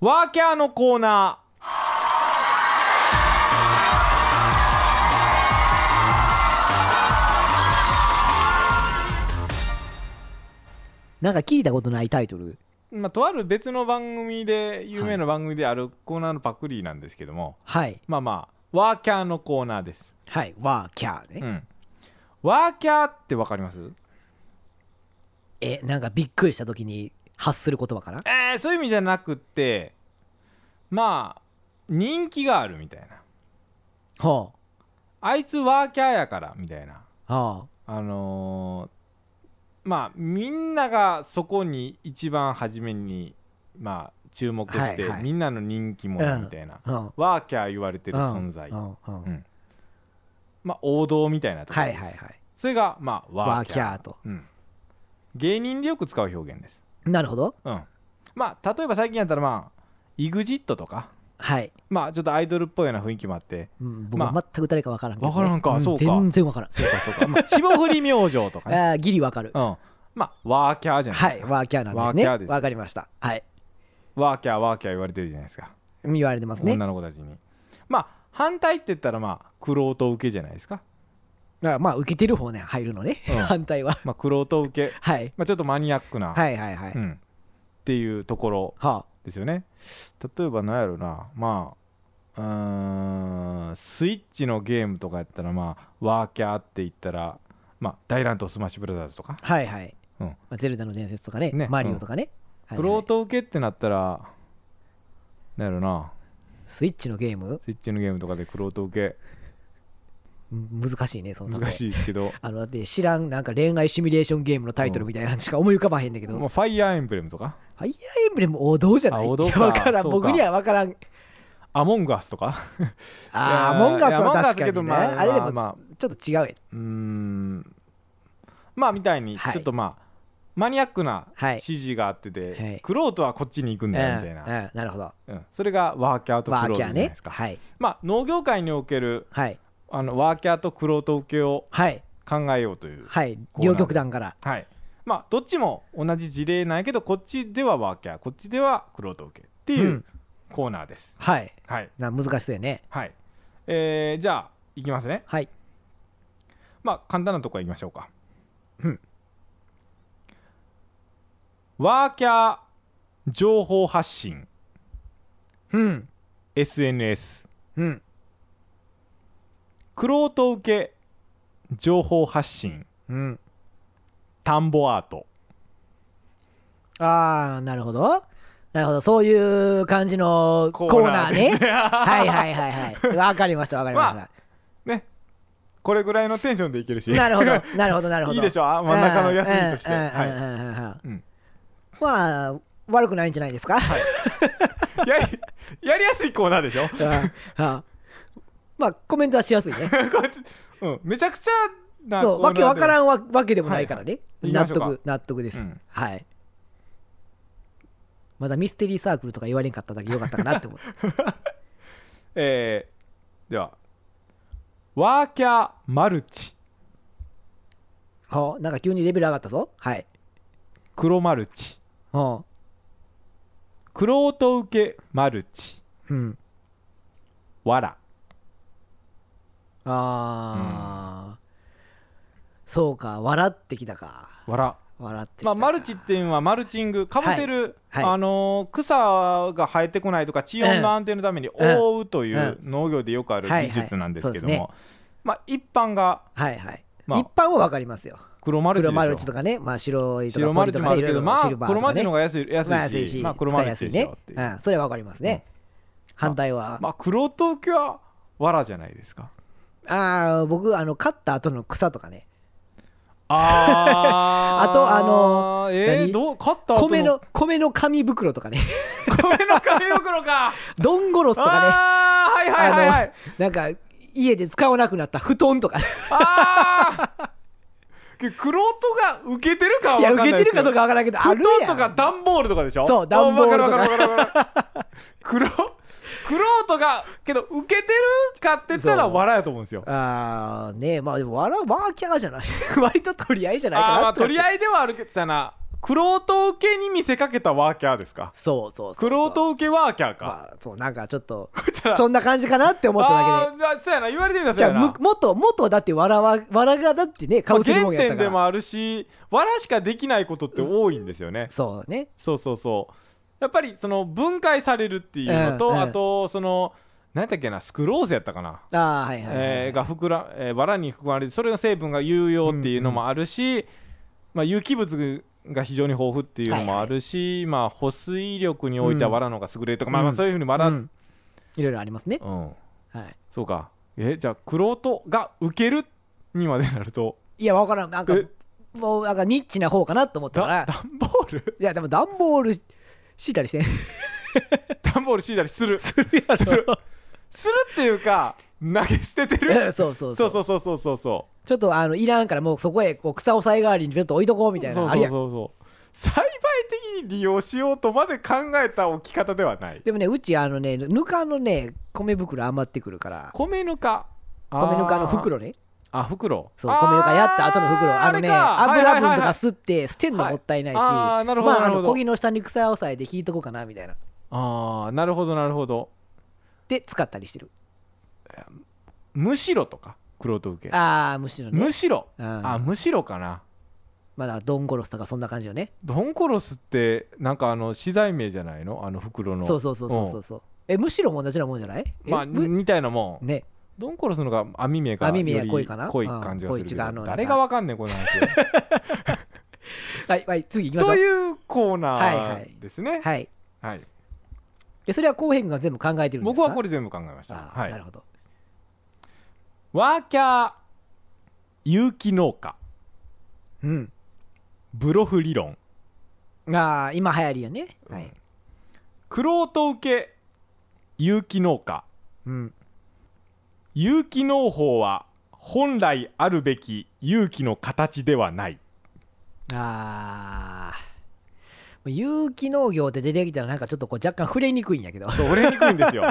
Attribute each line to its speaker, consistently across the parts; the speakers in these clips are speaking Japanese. Speaker 1: ワーキャーのコーナ
Speaker 2: なんか聞いたことないタイトル
Speaker 1: ー、まあ、とある別の番組で有名な番組であるコーナーのパクリなんですけども、
Speaker 2: はい
Speaker 1: まあまあワーキャーのコーナーです、
Speaker 2: はいワーキャーね、
Speaker 1: うん、ワーキャーってわかります
Speaker 2: えなんかびっくりした時に発する言葉かな
Speaker 1: えー、そういう意味じゃなくってまあ人気があるみたいな
Speaker 2: は
Speaker 1: あいつワーキャーやからみたいな
Speaker 2: あは
Speaker 1: あのーまあみんながそこに一番初めにまあ注目して、
Speaker 2: はいはい
Speaker 1: みんなの人気者みたいな、
Speaker 2: あうん
Speaker 1: ワーキャー言われてる存在、
Speaker 2: うんうん
Speaker 1: うんまあ王道みたいなとこ
Speaker 2: は
Speaker 1: ろ
Speaker 2: い
Speaker 1: です、
Speaker 2: はいはい
Speaker 1: それがまあワ
Speaker 2: ワ
Speaker 1: ー
Speaker 2: ー
Speaker 1: キ
Speaker 2: キ
Speaker 1: ャ
Speaker 2: ャ
Speaker 1: ー
Speaker 2: ー
Speaker 1: と
Speaker 2: と、
Speaker 1: うん、芸人でよく使う表現です、
Speaker 2: なるほど
Speaker 1: うん、まあ例えば最近やったらまあ EXIT とか
Speaker 2: はい、
Speaker 1: まあちょっとアイドルっぽいような雰囲気もあって
Speaker 2: うん、僕
Speaker 1: まあ
Speaker 2: は全く誰かわからんけどね
Speaker 1: わからんか
Speaker 2: う
Speaker 1: そうか
Speaker 2: 全然わからん
Speaker 1: そうかそう か、まあ、霜降り明星とかね、
Speaker 2: あーギリわかる
Speaker 1: うん、まあワーキャーじゃない
Speaker 2: は
Speaker 1: で
Speaker 2: い
Speaker 1: すか、
Speaker 2: ワーキャーなんです
Speaker 1: ワーキャーで
Speaker 2: ね
Speaker 1: す
Speaker 2: わかりましたはい
Speaker 1: ワーキャーワーキャー言われてるじゃないですか
Speaker 2: 言われてますねだ
Speaker 1: 女の子たちにまあ反対って言ったらまあくろうと受けじゃないですか
Speaker 2: からまあ受けてる方ね入るのね、
Speaker 1: うん
Speaker 2: 反対は
Speaker 1: まあくろうと受け、
Speaker 2: はい
Speaker 1: まあ、ちょっとマニアックな、
Speaker 2: はいはいはい、
Speaker 1: うん、っていうところ
Speaker 2: は
Speaker 1: ですよね例えば何やろなまあうーんスイッチのゲームとかやったらまあワーキャーって言ったらまあ大乱闘スマッシュブラザーズとか
Speaker 2: あはいはい、
Speaker 1: うん
Speaker 2: まあ、ゼルダの伝説とかね
Speaker 1: ね
Speaker 2: マリオとかね、はいはい
Speaker 1: くろうと受けってなったら何やろな
Speaker 2: スイッチのゲーム
Speaker 1: スイッチのゲームとかでくろうと受
Speaker 2: ん難しいねそ
Speaker 1: け
Speaker 2: の例え
Speaker 1: 難しいですけど
Speaker 2: あのだって知らんなんか恋愛シミュレーションゲームのタイトルみたいなのしか思い浮かばへんだけど、
Speaker 1: まあファイアーエンブレムとか
Speaker 2: ファイアーエンブレム王道じゃない
Speaker 1: あ王道か
Speaker 2: 分からん
Speaker 1: そうか
Speaker 2: 僕には分からん
Speaker 1: アモンガスとか
Speaker 2: あ
Speaker 1: いや
Speaker 2: あモンガス
Speaker 1: いや
Speaker 2: は確か
Speaker 1: モンガスけど
Speaker 2: にね
Speaker 1: まあ
Speaker 2: あれでも
Speaker 1: まあま
Speaker 2: ちょっと違うや
Speaker 1: うーんまあみたいに
Speaker 2: はい
Speaker 1: ちょっとまあ、マニアックな
Speaker 2: はい
Speaker 1: 指示があってて、
Speaker 2: はい
Speaker 1: クロートはこっちに行くんだよみたいな、
Speaker 2: うんうんなるほど
Speaker 1: うんそれがワーキャーとク
Speaker 2: ワ
Speaker 1: ロート
Speaker 2: ーキ
Speaker 1: じゃ
Speaker 2: ャー
Speaker 1: ない
Speaker 2: ね
Speaker 1: ですか、
Speaker 2: はい
Speaker 1: まあ農業界における
Speaker 2: はい
Speaker 1: あのワーキャーとクロート受けを
Speaker 2: はい
Speaker 1: 考えようという、
Speaker 2: はい
Speaker 1: こうなん
Speaker 2: 両
Speaker 1: で
Speaker 2: 極端から
Speaker 1: はいまあどっちも同じ事例なんやけどこっちではワーキャーこっちではクロート受けっていううんコーナーです、
Speaker 2: はい
Speaker 1: はい
Speaker 2: な難しそうやね
Speaker 1: はいえー、じゃあいきますね
Speaker 2: はい
Speaker 1: まあ簡単なとこからいきましょうか
Speaker 2: うん
Speaker 1: ワーキャー情報発信
Speaker 2: うん
Speaker 1: SNS
Speaker 2: うん
Speaker 1: クロート受け情報発信
Speaker 2: うん
Speaker 1: 田んぼアート
Speaker 2: ああなるほどなるほどそういう感じのコーナーね
Speaker 1: コーナーです
Speaker 2: はいはいはいはいわかりましたわかりまし
Speaker 1: ま
Speaker 2: た
Speaker 1: ねこれぐらいのテンションでいけるし
Speaker 2: なるほど、なるほど、なるほど。
Speaker 1: いいでしょあ真ん中の休みとして
Speaker 2: うんうん
Speaker 1: はい
Speaker 2: うんうんうん
Speaker 1: うん
Speaker 2: まあ、悪くないんじゃないですか。
Speaker 1: やりやりやすいコーナーでしょ
Speaker 2: うんうんまあ、コメントはしや すいね。
Speaker 1: こうやってうん、めちゃくちゃな
Speaker 2: そう
Speaker 1: コーナー
Speaker 2: わ
Speaker 1: で
Speaker 2: けわからんわわけでもないからね。
Speaker 1: はいはい
Speaker 2: 納
Speaker 1: 行きましょう
Speaker 2: 得、納得です、
Speaker 1: うん
Speaker 2: はい。まだミステリーサークルとか言われんかっただけよかったかなって 思う。
Speaker 1: えーではワーキャーマルチ
Speaker 2: ほうなんか急にレベル上がったぞ。はい。
Speaker 1: 黒マルチ
Speaker 2: ほ
Speaker 1: クロート受けマルチ
Speaker 2: ううん。
Speaker 1: わら
Speaker 2: ああ、そうか、笑ってきたか。
Speaker 1: わら
Speaker 2: 笑ってきた
Speaker 1: まあ、
Speaker 2: か
Speaker 1: マルチっていうのはマルチングかぶせる、
Speaker 2: はいはい
Speaker 1: あのー草が生えてこないとか地温の安定のために覆うという農業でよくある技術なんですけども、
Speaker 2: はいはい
Speaker 1: まあ、一般が
Speaker 2: はいはい、
Speaker 1: まあ
Speaker 2: 一般は分かりますよ
Speaker 1: 黒マルチでしょ
Speaker 2: 黒マルチとかね、まあ、白いとか
Speaker 1: 白マルチもあるけど、まあ、
Speaker 2: ポリとかね
Speaker 1: 黒マルチの方が安い安いし、
Speaker 2: ま
Speaker 1: ま
Speaker 2: あ
Speaker 1: あ、
Speaker 2: 安いし
Speaker 1: 黒マルチでしょって
Speaker 2: 使
Speaker 1: い、
Speaker 2: いうやすいね、うん、それは分かりますね、反対は、
Speaker 1: まあ、黒東京はわらじゃないですか。
Speaker 2: ああ僕あの刈った後の草とかね
Speaker 1: あ
Speaker 2: あとあの
Speaker 1: ーえー、
Speaker 2: 何
Speaker 1: どう買った後
Speaker 2: 米の米の紙袋とかね
Speaker 1: 米の紙袋か。
Speaker 2: ドンゴロス とかね
Speaker 1: ああ、はいはいはいはい。
Speaker 2: なんか家で使わなくなった布団とか
Speaker 1: ああ。けクロートが受けてるかはい分
Speaker 2: や
Speaker 1: かん
Speaker 2: 受
Speaker 1: ない
Speaker 2: けてるかどうか分からんけどあ
Speaker 1: 布
Speaker 2: る
Speaker 1: 団
Speaker 2: やん
Speaker 1: とか段ボールとかでしょ
Speaker 2: そう段ボールとか
Speaker 1: あわかるわかるわかるわかるクロクロートがけど受けてるかって言ったら
Speaker 2: そう
Speaker 1: 笑いやと思うんですよ
Speaker 2: ああねえまあでもわらワーキャーじゃない 割と取り合いじゃないか
Speaker 1: あ
Speaker 2: な
Speaker 1: ーまあ
Speaker 2: と思
Speaker 1: 取
Speaker 2: って
Speaker 1: り合いではあるけどさなクロート受けに見せかけたワーキャーですか
Speaker 2: そうそうそう
Speaker 1: クロート受けワーキャーか
Speaker 2: まあそうなんかちょ っと
Speaker 1: ら
Speaker 2: そんな感じかなって思っただけ
Speaker 1: あーじゃあそうやな言われてみたら
Speaker 2: で
Speaker 1: そ
Speaker 2: じ
Speaker 1: うや
Speaker 2: ゃあ
Speaker 1: な
Speaker 2: む元元だってわらわわらがだってね
Speaker 1: ま
Speaker 2: か
Speaker 1: あ
Speaker 2: ぶせるもん
Speaker 1: 原
Speaker 2: やった
Speaker 1: 点
Speaker 2: か
Speaker 1: で
Speaker 2: ら、
Speaker 1: もあるしわらしかできないことって多いんですよね
Speaker 2: そうね
Speaker 1: そうそうそうやっぱりその分解されるっていうのと、
Speaker 2: うんうん
Speaker 1: あとその何だっけなスクロースやったかな
Speaker 2: ああはいはい、はい
Speaker 1: えーが膨ら、えー藁に含まれてそれの成分が有用っていうのもあるし、まあ、有機物が非常に豊富っていうのもあるし、まあ、保水力においては
Speaker 2: うん
Speaker 1: 藁の方が優れるとか、まあまあ
Speaker 2: うん
Speaker 1: そういうふうに藁、う
Speaker 2: うんんいろいろありますね、はい、
Speaker 1: そうかえじゃあクロトが受けるにまでなると
Speaker 2: いやわからんなんか
Speaker 1: え
Speaker 2: もうなんかニッチな方かなと思ったか
Speaker 1: ダ
Speaker 2: ら
Speaker 1: ンボー ル
Speaker 2: いやでも段ボール敷いたりせん
Speaker 1: ダンボール敷いたりするする
Speaker 2: ろ
Speaker 1: するっていうか投げ捨てて
Speaker 2: うん
Speaker 1: る
Speaker 2: そうそう
Speaker 1: そ
Speaker 2: そう
Speaker 1: うそうそうそうそうそ
Speaker 2: ちょっとあのいらんからもうそこへこう草をさえ代わりにちょっと置いとこうみ
Speaker 1: う
Speaker 2: たい
Speaker 1: そ
Speaker 2: な
Speaker 1: う
Speaker 2: あ
Speaker 1: そ
Speaker 2: り
Speaker 1: う
Speaker 2: や
Speaker 1: そうそう栽培的に利用しようとまで考えた置き方ではない
Speaker 2: でもねうちあのねぬかのね米袋余ってくるから
Speaker 1: 米ぬか
Speaker 2: 米ぬかの
Speaker 1: あー
Speaker 2: 袋ね
Speaker 1: あ袋
Speaker 2: そう米ぬかやった後の袋あのね油分とか吸って捨てんのもったいないし、
Speaker 1: はいあーなるほど
Speaker 2: まあ
Speaker 1: な
Speaker 2: あ
Speaker 1: るほ
Speaker 2: の
Speaker 1: ど
Speaker 2: 小木の下に草をさえで引いとこうかなみたいな
Speaker 1: あーなるほどなるほど
Speaker 2: で使ったりしてる
Speaker 1: むしろとか黒と受け
Speaker 2: ああむしろね
Speaker 1: むしろ
Speaker 2: うん
Speaker 1: あむしろかな
Speaker 2: まだドンゴロスとかそんな感じよね
Speaker 1: ドンコロスってなんかあの資材名じゃないのあの袋の
Speaker 2: そうそうそうそうそうそうえむしろも同じようなもんじゃないえ
Speaker 1: まあ
Speaker 2: む
Speaker 1: みたいなもん
Speaker 2: ね
Speaker 1: ドンコロスのが網目が
Speaker 2: 網目が
Speaker 1: より
Speaker 2: 濃いかな
Speaker 1: 濃い感じがするけど
Speaker 2: うん濃い違うあの
Speaker 1: 誰がわかんねんこの話
Speaker 2: はいはい次行きましょ
Speaker 1: と
Speaker 2: う
Speaker 1: いうコーナ
Speaker 2: はいはい
Speaker 1: ーですね
Speaker 2: はい
Speaker 1: はい
Speaker 2: でそれは後編が全部考えてるんで
Speaker 1: 僕
Speaker 2: すか
Speaker 1: はこれ全部考えました
Speaker 2: あー
Speaker 1: はい
Speaker 2: なるほど
Speaker 1: ワーキャー有機農家
Speaker 2: うん
Speaker 1: ブロフ理論
Speaker 2: ああ今流行りやねはい
Speaker 1: クロート受け有機農家
Speaker 2: うん
Speaker 1: 有機農法は本来あるべき有機の形ではない
Speaker 2: ああ有機農業って出てきたらなんかちょっとこう若干触れにくいんやけど
Speaker 1: そう折れにくいんです よ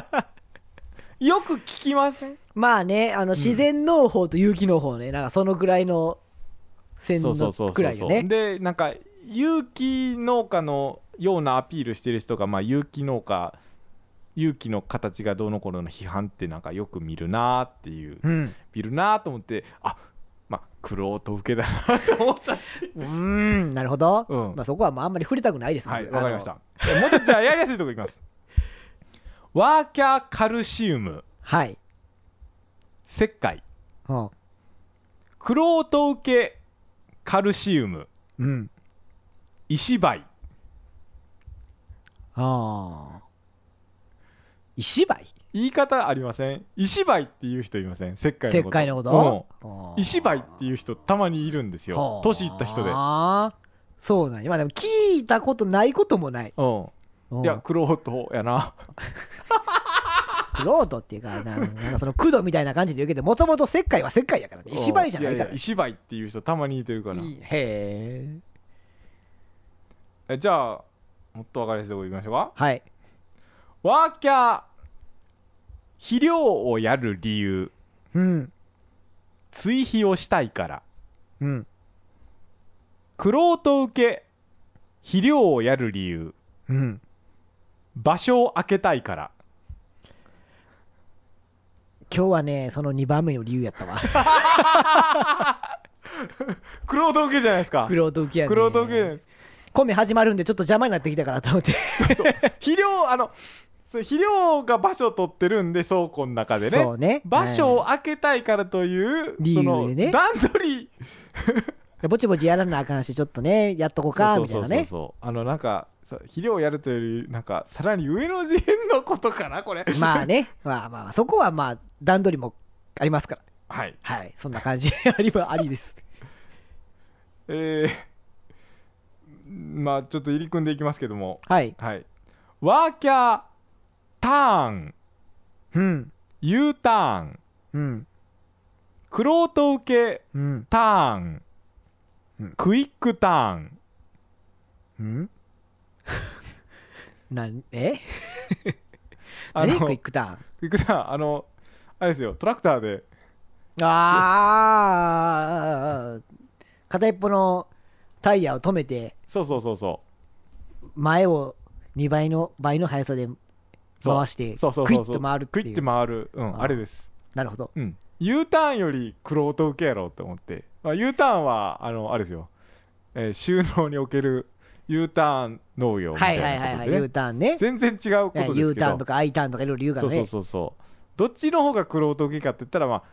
Speaker 1: よく聞きません
Speaker 2: まあねあの自然農法と有機農法ねなんかそのぐらいの線
Speaker 1: そうそう
Speaker 2: の
Speaker 1: そう
Speaker 2: く
Speaker 1: そ
Speaker 2: ら
Speaker 1: う
Speaker 2: い
Speaker 1: そ
Speaker 2: よ
Speaker 1: う、
Speaker 2: ね
Speaker 1: でなんか有機農家のようなアピールしてる人が、まあ、有機農家有機の形がどうのこうのの批判ってなんかよく見るなーっていう
Speaker 2: うん
Speaker 1: 見るなーと思ってあまあ苦労と受けだなーと思った
Speaker 2: うーんなるほど、
Speaker 1: うん
Speaker 2: まあ、そこはまああんまり触れたくないです
Speaker 1: はい、
Speaker 2: あの
Speaker 1: わかりました。もうちょっとじゃあやりやすいとこいきます。ワーキャーカルシウム、
Speaker 2: はい、
Speaker 1: 石灰、
Speaker 2: うん
Speaker 1: クロート受けカルシウム、
Speaker 2: うん
Speaker 1: 石灰、
Speaker 2: ああ石灰
Speaker 1: 言い方ありません石灰っていう人いません石灰のこと
Speaker 2: 石灰のこと、
Speaker 1: うん石灰っていう人たまにいるんですよ年いった人で。
Speaker 2: でそうなんやまあでも聞いたことないこともない
Speaker 1: うん、いやクロートやな
Speaker 2: クロートっていうかななん かその工藤みたいな感じで言うけどもともと石灰は石灰やからね石灰じゃない
Speaker 1: うん
Speaker 2: か
Speaker 1: や
Speaker 2: ら
Speaker 1: や石灰っていう人たまにいてるから
Speaker 2: いいへえ
Speaker 1: えじゃあもっとわかりやすいとこいきましょうか
Speaker 2: はい
Speaker 1: ワーキャー肥料をやる理由
Speaker 2: うん
Speaker 1: 追肥をしたいから
Speaker 2: うん
Speaker 1: クロート受け肥料をやる理由
Speaker 2: うん
Speaker 1: 場所を空けたいから
Speaker 2: 今日はねその2番目の理由やっ たわ
Speaker 1: クロート受けじゃないですか
Speaker 2: クロート受けやね
Speaker 1: クロート受けじゃないで
Speaker 2: 米始まるんでちょっと邪魔になってきたからと思って
Speaker 1: すか そうそう肥料あのそう肥料が場所を取ってるんで倉庫の中でね
Speaker 2: そうね
Speaker 1: 場所を空けたいからという、
Speaker 2: 理
Speaker 1: そ
Speaker 2: 由
Speaker 1: の
Speaker 2: でね
Speaker 1: 段取り
Speaker 2: ぼちぼちやらなあかんしちょっとねやっとこうか
Speaker 1: そう
Speaker 2: みた
Speaker 1: そ
Speaker 2: いうな
Speaker 1: そう
Speaker 2: ね
Speaker 1: そうあのなんかそう肥料をやるというよりなんかさらに上の次元のことかなこれ
Speaker 2: まあねまあまあそこはまあ段取りもありますから
Speaker 1: はい
Speaker 2: はいそんな感じありはありです
Speaker 1: えー、 まあちょっと入り組んでいきますけども
Speaker 2: はい
Speaker 1: はいワーキャーターン
Speaker 2: うん
Speaker 1: U ターン
Speaker 2: うん
Speaker 1: クロート受け
Speaker 2: うん
Speaker 1: ターン、
Speaker 2: うん
Speaker 1: クイックターン
Speaker 2: うんなんえ
Speaker 1: あ
Speaker 2: 何
Speaker 1: の
Speaker 2: ク
Speaker 1: ク
Speaker 2: イックターン
Speaker 1: イックターンあのあれですよトラクターで
Speaker 2: ああ片一方のタイヤを止めて
Speaker 1: そうそうそうそ
Speaker 2: 前を2倍の倍の速さで
Speaker 1: う
Speaker 2: 回して
Speaker 1: そうそう
Speaker 2: クイ
Speaker 1: そう
Speaker 2: ッ
Speaker 1: そう
Speaker 2: と回るって
Speaker 1: クイ
Speaker 2: い
Speaker 1: ッ
Speaker 2: う
Speaker 1: て回るう
Speaker 2: あ
Speaker 1: ん
Speaker 2: ー
Speaker 1: あれです
Speaker 2: なるほど
Speaker 1: うん U ターンよりクロート受けやろうと思って、まあ、U ターンはあのあれですよ、えー収納における U ターン農業み
Speaker 2: は
Speaker 1: たい
Speaker 2: いはいはい
Speaker 1: な
Speaker 2: は
Speaker 1: こ
Speaker 2: い
Speaker 1: とで
Speaker 2: U
Speaker 1: ね
Speaker 2: ターン ね
Speaker 1: 全然違うことですけど
Speaker 2: U ターンとか I ターンとかいろいろ言うか
Speaker 1: そ
Speaker 2: ら
Speaker 1: うそう
Speaker 2: ね
Speaker 1: そうそうどっちの方がクロート受けかって言ったらまあ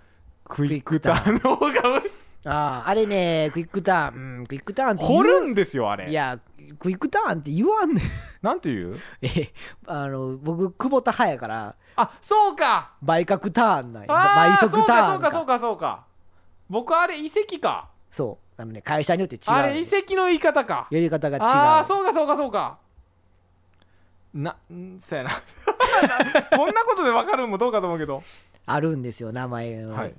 Speaker 1: クイックターンの方 が
Speaker 2: あああれねクイックターンうんクイックターンって言う
Speaker 1: 掘るんですよあれ
Speaker 2: いやクイックターンって言わん ねん
Speaker 1: なんていう
Speaker 2: えあの僕久保田派やから
Speaker 1: あそうか
Speaker 2: 倍角ターンない
Speaker 1: あー
Speaker 2: 倍速ター
Speaker 1: そ
Speaker 2: ン
Speaker 1: うかそうかそうかそうか僕あれ遺跡か
Speaker 2: そうあのね会社によって違う
Speaker 1: あ
Speaker 2: の
Speaker 1: れ遺
Speaker 2: よ
Speaker 1: 跡の言い方か
Speaker 2: やり方が違う
Speaker 1: ああそうかそうかそうかなんそうや なこんなことで分かるんもどうかと思うけど
Speaker 2: あるんですよ名前の
Speaker 1: はい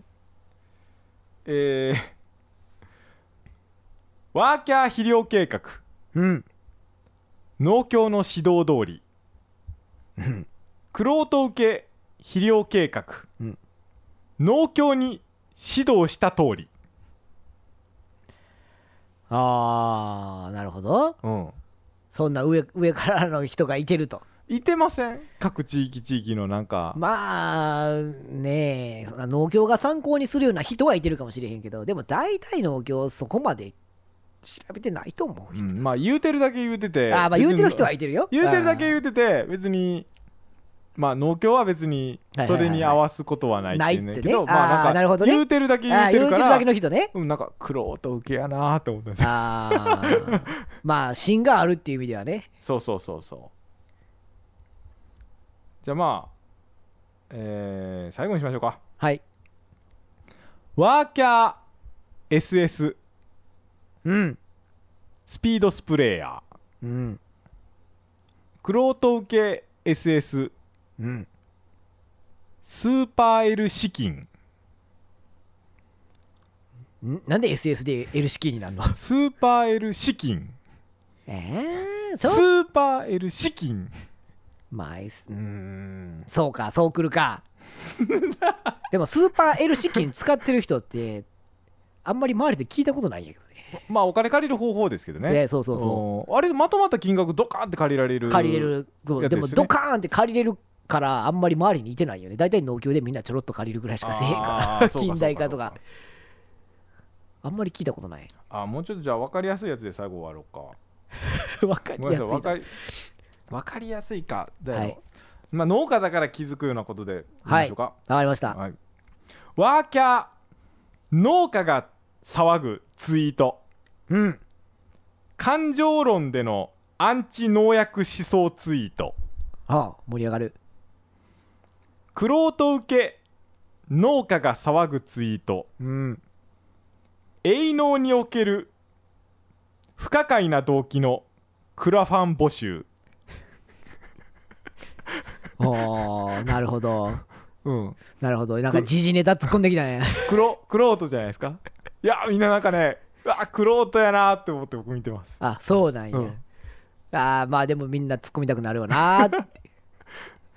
Speaker 1: えー、ワーキャー肥料計画
Speaker 2: うん
Speaker 1: 農協の指導通りクロート受け肥料計画、
Speaker 2: うん
Speaker 1: 農協に指導した通り
Speaker 2: ああなるほど
Speaker 1: うん
Speaker 2: そんな上上からの人がいてると
Speaker 1: いてません各地域地域のなんか、
Speaker 2: まあねえそんな農協が参考にするような人はいてるかもしれへんけどでも大体農協そこまで調べてないと思う
Speaker 1: う
Speaker 2: よ、
Speaker 1: んまあ言うてるだけ言うてて
Speaker 2: ああま
Speaker 1: 別
Speaker 2: あ言
Speaker 1: に
Speaker 2: うてる人はいてるよ
Speaker 1: 言うてるだけ
Speaker 2: うん
Speaker 1: 言うてて別にまあ農協は別に
Speaker 2: はいは
Speaker 1: そ
Speaker 2: いはいはい
Speaker 1: れに合わすことはないっていうんだけど
Speaker 2: ないってね
Speaker 1: まあ
Speaker 2: あーな
Speaker 1: な
Speaker 2: るほ
Speaker 1: ん
Speaker 2: ど
Speaker 1: か
Speaker 2: ね
Speaker 1: 言うてるだけ言う
Speaker 2: ああ
Speaker 1: て
Speaker 2: 言う
Speaker 1: る
Speaker 2: て
Speaker 1: か
Speaker 2: るだけ
Speaker 1: ら
Speaker 2: の人ね
Speaker 1: うんなんか苦労と受けやなと思ったんですよ
Speaker 2: ああまあ芯があるっていう意味ではね
Speaker 1: そうそうそうそうじゃあまあえー最後にしましょうか
Speaker 2: はい
Speaker 1: ワーキャー SS
Speaker 2: うん
Speaker 1: スピードスプレーヤー
Speaker 2: うん
Speaker 1: クロート受け SS
Speaker 2: うん
Speaker 1: スーパー L 資金
Speaker 2: んなんで SS で L 式になるの
Speaker 1: スーパー L 資金
Speaker 2: ええ
Speaker 1: ス
Speaker 2: そう
Speaker 1: ーパー L 資金
Speaker 2: まあ S
Speaker 1: うん
Speaker 2: そうかそうくるか でもスーパー L 資金使ってる人ってあんまり周りで聞いたことないんやけどね
Speaker 1: まあお金借りる方法ですけどね
Speaker 2: ねそうそうそ
Speaker 1: うんあれまとまった金額ドカーンって借りられ
Speaker 2: う
Speaker 1: る
Speaker 2: 借りれるでも
Speaker 1: やつ
Speaker 2: で
Speaker 1: です
Speaker 2: も
Speaker 1: ね
Speaker 2: ドカーンって借りれるからあんまり周りにいてないよね大体農協でみんなちょろっと借りるぐらいしかせえへん
Speaker 1: あ
Speaker 2: か
Speaker 1: ー
Speaker 2: ら
Speaker 1: そうか
Speaker 2: 近代化と
Speaker 1: そう
Speaker 2: か
Speaker 1: か
Speaker 2: あんまり聞いたことない
Speaker 1: あもうちょっとじゃあ分かりやすいやつで最後終わろうか
Speaker 2: わかり
Speaker 1: ごめんな
Speaker 2: やす
Speaker 1: さ
Speaker 2: い
Speaker 1: い分かり分かりやすいかだよ、
Speaker 2: はい
Speaker 1: まあ農家だから気づくようなことで言いましょうか、
Speaker 2: わかりました、
Speaker 1: はいワーキャー農家が騒ぐツイート
Speaker 2: うん
Speaker 1: 感情論でのアンチ農薬思想ツイート
Speaker 2: ああ盛り上がる
Speaker 1: クロート受け農家が騒ぐツイート
Speaker 2: うん
Speaker 1: 営農における不可解な動機のクラファン募集
Speaker 2: おーなるほど
Speaker 1: うん
Speaker 2: なるほどなんか時事ネタ突っ込んできたね
Speaker 1: クロクロートじゃないですかいやみんななんかねうわクロートやなって思って僕見てます
Speaker 2: あそうなんや、
Speaker 1: うん
Speaker 2: あーまあでもみんな突っ込みたくなるよな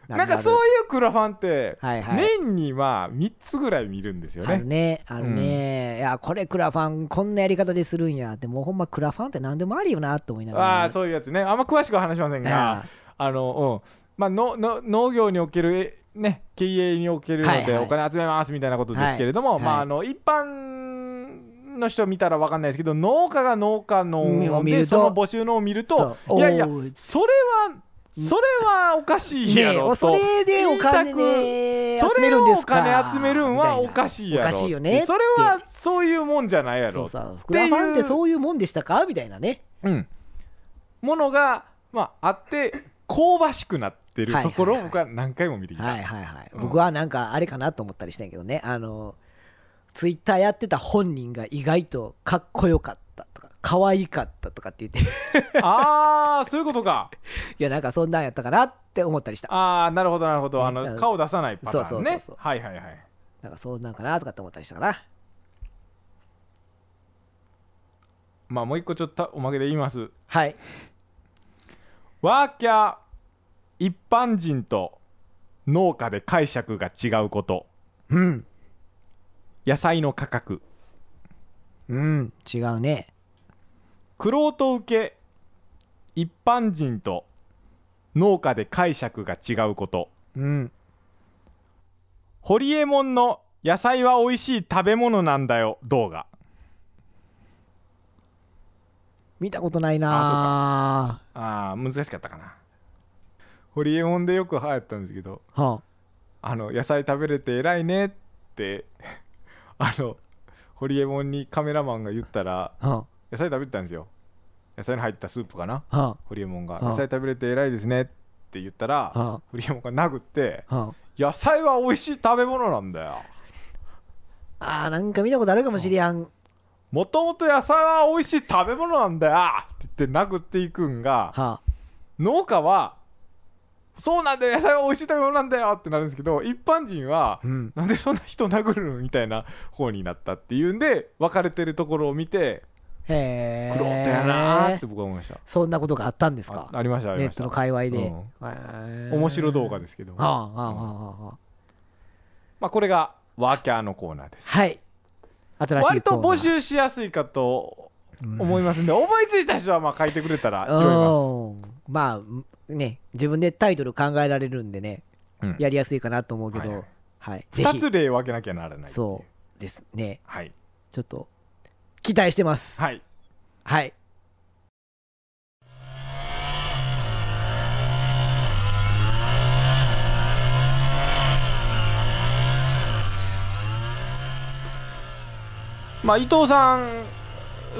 Speaker 1: なんかそう
Speaker 2: う
Speaker 1: いうクラファンって
Speaker 2: はいはい
Speaker 1: 年にまあ3つぐらい見るんですよ
Speaker 2: あ
Speaker 1: ね
Speaker 2: るねあるね、いやこれクラファンこんなやり方でするんやってもうほんまクラファンって何でもありよなと思いながら
Speaker 1: ああそういうやつねあんま詳しくは話しませんが
Speaker 2: あ
Speaker 1: あのうんまあのの農業におけるえね経営における
Speaker 2: は
Speaker 1: の
Speaker 2: い
Speaker 1: で
Speaker 2: はい
Speaker 1: お金集めますみたいなことですけれども、
Speaker 2: はい
Speaker 1: ま
Speaker 2: はい
Speaker 1: ああの一般の人見たら分かんないですけど農家が農家
Speaker 2: うんを
Speaker 1: の
Speaker 2: 見る
Speaker 1: で
Speaker 2: と
Speaker 1: その募集のを見ると
Speaker 2: そう
Speaker 1: いやいや
Speaker 2: おー
Speaker 1: それはそれはおかしいや
Speaker 2: ね
Speaker 1: ろ
Speaker 2: えそ
Speaker 1: と、
Speaker 2: れでお金
Speaker 1: 言
Speaker 2: ね
Speaker 1: そ
Speaker 2: 集め
Speaker 1: れ
Speaker 2: る
Speaker 1: を
Speaker 2: んで
Speaker 1: お
Speaker 2: すか
Speaker 1: 金集めるんはおかしいやろ
Speaker 2: おかしいよね
Speaker 1: それはそういうもんじゃないや
Speaker 2: そ
Speaker 1: ろ
Speaker 2: うさ
Speaker 1: っ
Speaker 2: ク
Speaker 1: て
Speaker 2: ラファンっ
Speaker 1: い
Speaker 2: て
Speaker 1: う
Speaker 2: そういうもんでしたかみたいなね
Speaker 1: うん、ものが、まあ、あって香ばしくなってるところを僕は何回も見てきた、
Speaker 2: はいはいはい、
Speaker 1: うん
Speaker 2: 僕はなんかあれかなと思ったりしたんやけどねあのツイッターやってた本人が意外とかっこよかったとか可愛かったとかって言って
Speaker 1: ああそういうことか
Speaker 2: いやなんかそんなんやったかなって思ったりした
Speaker 1: ああなるほどなるほどあ
Speaker 2: うん
Speaker 1: の顔出さないパターンね
Speaker 2: そうそうそうそう
Speaker 1: はいはいはい
Speaker 2: なんかそんなんかなとかって思ったりしたかな
Speaker 1: まあもう一個ちょっとおまけで言います
Speaker 2: はい
Speaker 1: ワーキャー一般人と農家で解釈が違うこと
Speaker 2: うん
Speaker 1: 野菜の価格
Speaker 2: うん違うね
Speaker 1: くろうと受け一般人と農家で解釈が違うこと
Speaker 2: うん
Speaker 1: ホリエモンの野菜は美味しい食べ物なんだよ動画
Speaker 2: 見たことないな
Speaker 1: あー難しかったかなホリエモンでよく流行ったんですけど
Speaker 2: あは
Speaker 1: あの野菜食べれて偉いねって あのホリエモンにカメラマンが言ったら
Speaker 2: あは
Speaker 1: 野菜食べてたんですよ野菜の入ったスープかな
Speaker 2: あは
Speaker 1: ホリエモンが
Speaker 2: あ
Speaker 1: 野菜食べれて偉いですねって言った
Speaker 2: あ
Speaker 1: ら
Speaker 2: は
Speaker 1: ホリエモンが殴って
Speaker 2: あは
Speaker 1: 野菜は美味しい食べ物なんだよ
Speaker 2: ああーなんか見たことあるかもしれやん
Speaker 1: もともと野菜は美味しい食べ物なんだよって言って殴っていくんが
Speaker 2: は
Speaker 1: 農家はそうなんだよ野菜は美味しい食べ物なんだよってなるんですけど一般人は
Speaker 2: あうん
Speaker 1: なんでそんな人殴るのみたいな方になったっていうんで分かれてるところを見て
Speaker 2: へえ
Speaker 1: 苦労だよなーって僕は思いました
Speaker 2: そんなことがあったんです
Speaker 1: あ
Speaker 2: か
Speaker 1: ありましたあり
Speaker 2: ネ
Speaker 1: ま
Speaker 2: ッ
Speaker 1: した
Speaker 2: トの界隈で、
Speaker 1: うん
Speaker 2: へー
Speaker 1: 面白動画ですけど
Speaker 2: は
Speaker 1: も
Speaker 2: あはあはあはあ
Speaker 1: まあこれがワーキャーのコーナーです
Speaker 2: はい新しい
Speaker 1: 割と
Speaker 2: コーナー
Speaker 1: 募集しやすいかと思いますんで思いついた人はまあ書いてくれたら拾いま
Speaker 2: うんまあね自分でタイトル考えられるんでね、
Speaker 1: うん
Speaker 2: やりやすいかなと思うけど、は
Speaker 1: はいい
Speaker 2: ぜ
Speaker 1: す
Speaker 2: ひ
Speaker 1: 2つ例分けなきゃならないってい
Speaker 2: そうですね
Speaker 1: はい
Speaker 2: ちょっと期待してます
Speaker 1: はい
Speaker 2: はい
Speaker 1: まあ伊藤さん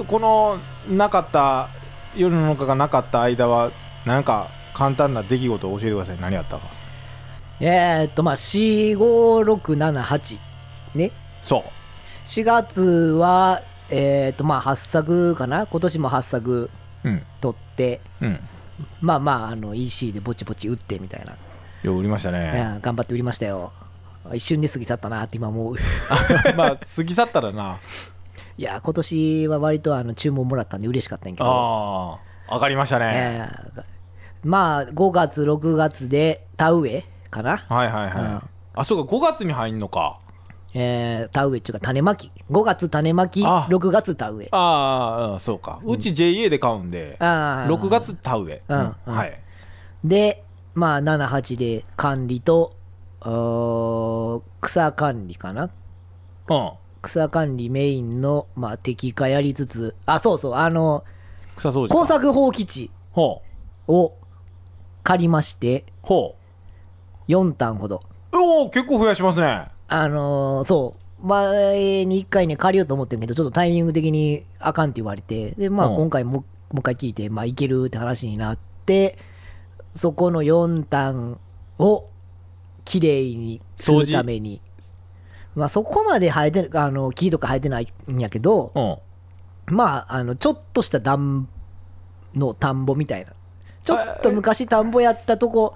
Speaker 1: このなかった世の中がなかった間はなんか簡単な出来事を教えてください何あったか
Speaker 2: えー、っとまあ45678ね
Speaker 1: そう
Speaker 2: 4月はえー、っとまあ8作かな今年も8作
Speaker 1: うん
Speaker 2: 取って
Speaker 1: うん
Speaker 2: まあまああの EC でぼちぼち打ってみたいな、
Speaker 1: よう売りました
Speaker 2: い
Speaker 1: ね
Speaker 2: や頑張って売りましたよ一瞬で過ぎ去ったなって今思う
Speaker 1: まあ過ぎ去ったらない
Speaker 2: や今年は割とあの注文もらったんで嬉しかったんやけど、
Speaker 1: ああ上がりましたね、
Speaker 2: ええまあ5月6月で田植えかな、
Speaker 1: はいはいはい、
Speaker 2: うん
Speaker 1: あそうか5月に入んのか
Speaker 2: えー、田植えっていうか種まき5月種まき
Speaker 1: あ
Speaker 2: 6月田植え
Speaker 1: ああうんそうかうち JA で買うんで、
Speaker 2: あー
Speaker 1: 6月田植え、
Speaker 2: うんうん
Speaker 1: はい
Speaker 2: でまあ78で管理とうー草管理かな
Speaker 1: うん
Speaker 2: 草管理メインの、まあ、敵化やりつつあそうそうあの
Speaker 1: 草掃除か
Speaker 2: 工作放棄地
Speaker 1: ほ
Speaker 2: を借りまして
Speaker 1: うほ
Speaker 2: 4単ほど
Speaker 1: うおお結構増やしますね
Speaker 2: あのーそう前に1回ね借りようと思ってんけどちょっとタイミング的にあかんって言われてでまあ
Speaker 1: うん
Speaker 2: 今回も,、もう一回聞いてまあいけるって話になってそこの4単をきれいにするためにまあそこまで生えてあの木とか生えてないんやけど
Speaker 1: うん
Speaker 2: まああのちょっとした段の田んぼみたいなちょっと昔田んぼやったとこ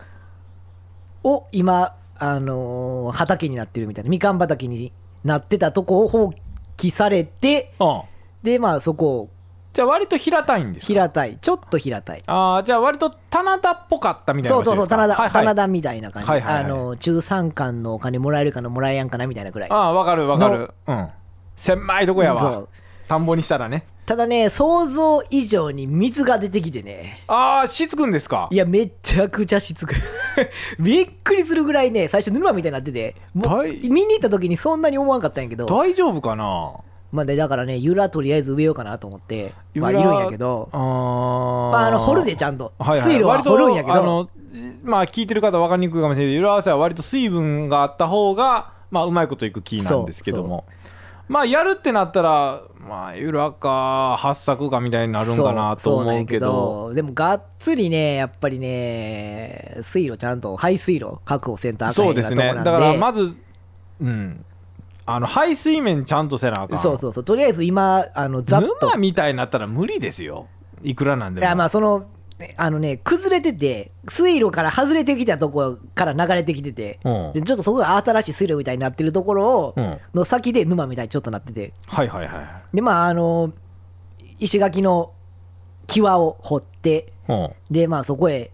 Speaker 2: を今、あのー畑になってるみたいなみかん畑になってたとこを放棄されて
Speaker 1: うん
Speaker 2: でまあそこを
Speaker 1: じゃあ割と平たいんですか
Speaker 2: 平たいちょっと平たい
Speaker 1: ああじゃあ割と棚田っぽかったみたいな
Speaker 2: そう
Speaker 1: 話
Speaker 2: そうそう棚田、
Speaker 1: はいはい
Speaker 2: 棚田みたいな感じ、
Speaker 1: はいはいはい
Speaker 2: あのー中山間のお金もらえるかなもらえやんかなみたいなくらい
Speaker 1: ああわかるわかるうん狭いとこや
Speaker 2: そ
Speaker 1: わ
Speaker 2: う
Speaker 1: 田んぼにしたらね
Speaker 2: ただね想像以上に水が出てきてね
Speaker 1: ああしつくんですか
Speaker 2: いや、めちゃくちゃしつく。 びっくりするぐらいね、最初沼みたいになってて、もう
Speaker 1: 大
Speaker 2: 見に行った時にそんなに思わんかったんやけど、
Speaker 1: 大丈夫かな
Speaker 2: まあ、でだからね、ユラとりあえず植えようかなと思って、まあ、い
Speaker 1: ユ
Speaker 2: る
Speaker 1: ラ
Speaker 2: んやけど、
Speaker 1: あ
Speaker 2: まあ、あの掘る
Speaker 1: で
Speaker 2: でちゃんと、
Speaker 1: はいはい
Speaker 2: 水路は
Speaker 1: 割と
Speaker 2: 掘るんやけ
Speaker 1: あ
Speaker 2: ど、
Speaker 1: のじまあ聞いてる方分かりにくいかもしれないけど色合わせは割と水分があった方がまあうまいこといく木なんですけどもまあやるってなったらまあ裏か八作かみたいになるんかなと
Speaker 2: そうそうなん
Speaker 1: 思
Speaker 2: や
Speaker 1: うけど
Speaker 2: でもがっつりねやっぱりね水路ちゃんと排水路確保センター
Speaker 1: そうですねだ
Speaker 2: だか
Speaker 1: から
Speaker 2: らま
Speaker 1: まずうんあの排水面ちゃんとせなあかん
Speaker 2: そうそうそうとりあえず今あのざっと
Speaker 1: 沼みたいになったら無理ですよいくらなんで
Speaker 2: い
Speaker 1: も
Speaker 2: やまあそのねあのね崩れてて水路から外れてきたところから流れてきてて
Speaker 1: うん
Speaker 2: でちょっとそこが新しい水路みたいになってるところを、
Speaker 1: うんはい
Speaker 2: の先で沼みたいにちょっとなってて
Speaker 1: はいは
Speaker 2: でまああの石垣の際を掘って
Speaker 1: いうん
Speaker 2: でまあそこへ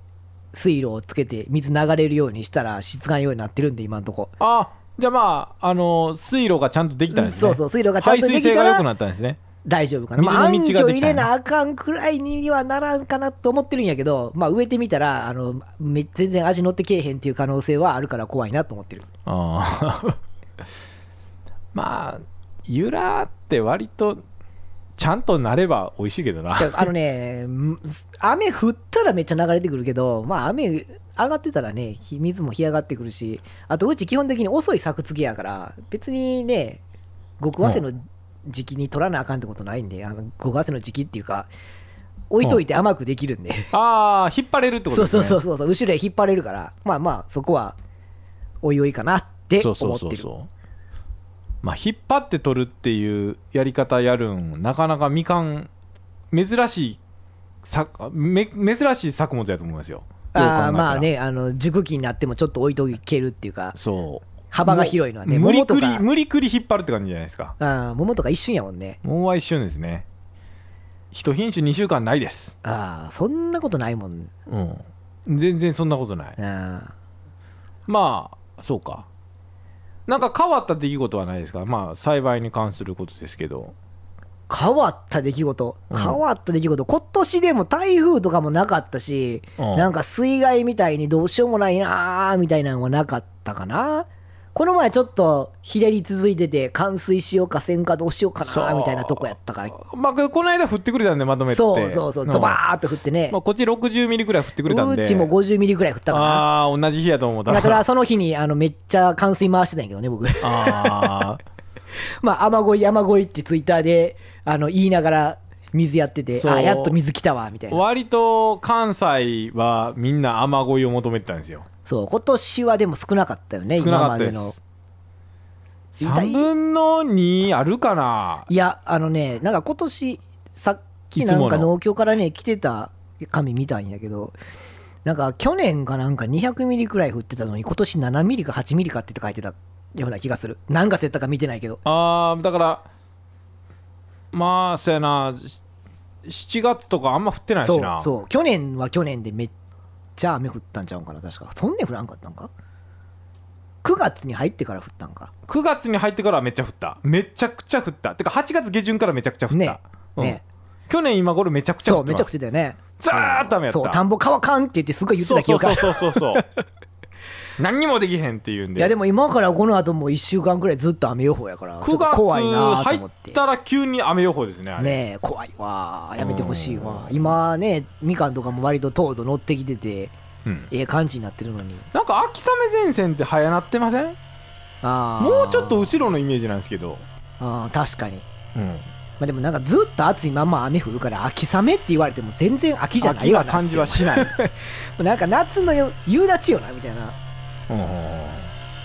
Speaker 2: 水路をつけて水流れるようにしたら質が良いようになってるんで今のとこ
Speaker 1: あじゃあまああの水路がちゃんとできたんですね
Speaker 2: そうそう水路がちゃん
Speaker 1: 排
Speaker 2: とで
Speaker 1: 水
Speaker 2: き
Speaker 1: 性
Speaker 2: た
Speaker 1: が良く
Speaker 2: ら
Speaker 1: なったんですね
Speaker 2: 大丈夫かな、まあ、暗
Speaker 1: 水の道
Speaker 2: 渠
Speaker 1: ができ
Speaker 2: 入
Speaker 1: たんや
Speaker 2: れなあかんくらいにはならんかなと思ってるんやけど、まあ、植えてみたらあのめ全然味乗ってけえへんっていう可能性はあるから怖いなと思ってる
Speaker 1: あー まあゆらって割とちゃんとなれば美味しいけどな
Speaker 2: じゃああのねん雨降ったらめっちゃ流れてくるけど、まあ、雨上がってたらねひ水も干上がってくるしあとうち基本的に遅い作付けやから別にね極早生の時期に取らなあかんってことないんで、あの極早生の時期っていうか置いといて甘くできるんで、
Speaker 1: ああ引っ張れるってこと
Speaker 2: そう
Speaker 1: です
Speaker 2: そ
Speaker 1: ね
Speaker 2: うそうそうそう後ろへ引っ張れるからまあまあそこはおいおいかなって
Speaker 1: そ
Speaker 2: 思
Speaker 1: う
Speaker 2: ってる
Speaker 1: そうそうそうまあ引っ張って取るっていうやり方やるんなかなかみかん珍しいさめ珍しい作物やと思いますよよう考えた
Speaker 2: あ
Speaker 1: ら
Speaker 2: ーまあねあの熟期になってもちょっと置いとけるっていうか
Speaker 1: そう
Speaker 2: 幅が広いのはね
Speaker 1: もう無理
Speaker 2: 桃と
Speaker 1: くり
Speaker 2: か
Speaker 1: 無理くり引っ張るって感じじゃないですか
Speaker 2: あー桃とか一瞬やもんね
Speaker 1: もうは一瞬ですね一品種2週間ないです
Speaker 2: ああそんなことないもん
Speaker 1: うん全然そんなことない
Speaker 2: あ
Speaker 1: まあそうかなんか変わった出来事はないですかまあ栽培に関することですけど
Speaker 2: ー変わった出来事
Speaker 1: うん
Speaker 2: 変わった出来事、今年でも台風とかもなかったし、
Speaker 1: うん
Speaker 2: なんか水害みたいにどうしようもないなーみたいなのはなかったかなこの前ちょっとひねり続いてて冠水しようかせんかどうしようかな
Speaker 1: そう
Speaker 2: ーみたいなとこやったから
Speaker 1: まあけどこの間降ってくれたんでまとめて
Speaker 2: そうそうそう
Speaker 1: うん
Speaker 2: ズバーっと降ってね、
Speaker 1: まあ、こっち60ミリぐらい降ってくれたんで
Speaker 2: うちも50ミリぐらい降ったか
Speaker 1: ああー同じ日やと思うた
Speaker 2: なだからその日にあのめっちゃ冠水回してたんやけどね僕
Speaker 1: あー
Speaker 2: まあ雨乞い雨乞いってツイッターであの言いながら水やってて
Speaker 1: そう
Speaker 2: あやっと水来たわみたいな
Speaker 1: 割と関西はみんな雨乞いを求めてたんですよ
Speaker 2: そう今年はでも少なかったよね
Speaker 1: 少な
Speaker 2: 今
Speaker 1: かった
Speaker 2: まで
Speaker 1: です
Speaker 2: の痛い
Speaker 1: 3分の2あるかない
Speaker 2: やあのねなんか今年さっきないん
Speaker 1: つも
Speaker 2: か
Speaker 1: の
Speaker 2: 農協からね来てた紙見たんやけどなんか去年かなんか200ミリくらい降ってたのに今年7ミリか8ミリかって書いてたような気がする何月やったか見てないけど
Speaker 1: あーだからまあそやなし7月とかあんま降ってない
Speaker 2: そ
Speaker 1: し
Speaker 2: う
Speaker 1: な
Speaker 2: そう去年は去年でめっちゃ雨降ったんちゃうんかな確かそんなに降らんかったんか9月に入ってから降ったんか
Speaker 1: 9月に入ってからはめっちゃ降っためちゃくちゃ降ったてか8月下旬からめちゃくちゃ降った、
Speaker 2: ね
Speaker 1: うん
Speaker 2: ね
Speaker 1: 去年今頃めちゃくちゃ
Speaker 2: そ
Speaker 1: 降
Speaker 2: う
Speaker 1: って
Speaker 2: め
Speaker 1: ま
Speaker 2: ちゃく
Speaker 1: す
Speaker 2: ちゃだよね
Speaker 1: ザーッと雨やった
Speaker 2: そう田んぼ乾かんって言ってすごい言ってた記憶ある
Speaker 1: そうそうそうそう そう何にもできへんっていうん
Speaker 2: い
Speaker 1: で
Speaker 2: やでも今からこの後もう1週間くらいずっと雨予報やからちょ
Speaker 1: 9
Speaker 2: っと
Speaker 1: 月
Speaker 2: 怖いなと
Speaker 1: 入
Speaker 2: 思っ
Speaker 1: ってたら急に雨予報ですねあれ
Speaker 2: ねえ怖いわやめてほしいわ
Speaker 1: うん
Speaker 2: 今ねみかんとかも割と糖度乗ってきてて
Speaker 1: うん
Speaker 2: ええ感じになってるのに
Speaker 1: なんか秋雨前線って早なってません
Speaker 2: あー
Speaker 1: もうちょっと後ろのイメージなんですけど、
Speaker 2: あー確かに
Speaker 1: うん、
Speaker 2: まあでもなんかずっと暑いまんま雨降るから秋雨って言われても全然秋じゃな
Speaker 1: 秋
Speaker 2: いわ
Speaker 1: な
Speaker 2: な
Speaker 1: 感じはしない、
Speaker 2: なんか夏のよ夕立よなみたいな
Speaker 1: うん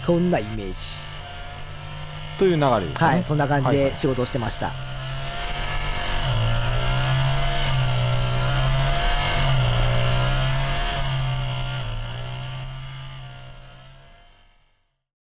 Speaker 2: そんなイメージ
Speaker 1: という流れですね、
Speaker 2: はいそんな感じ
Speaker 1: はいは
Speaker 2: で仕事をしてました、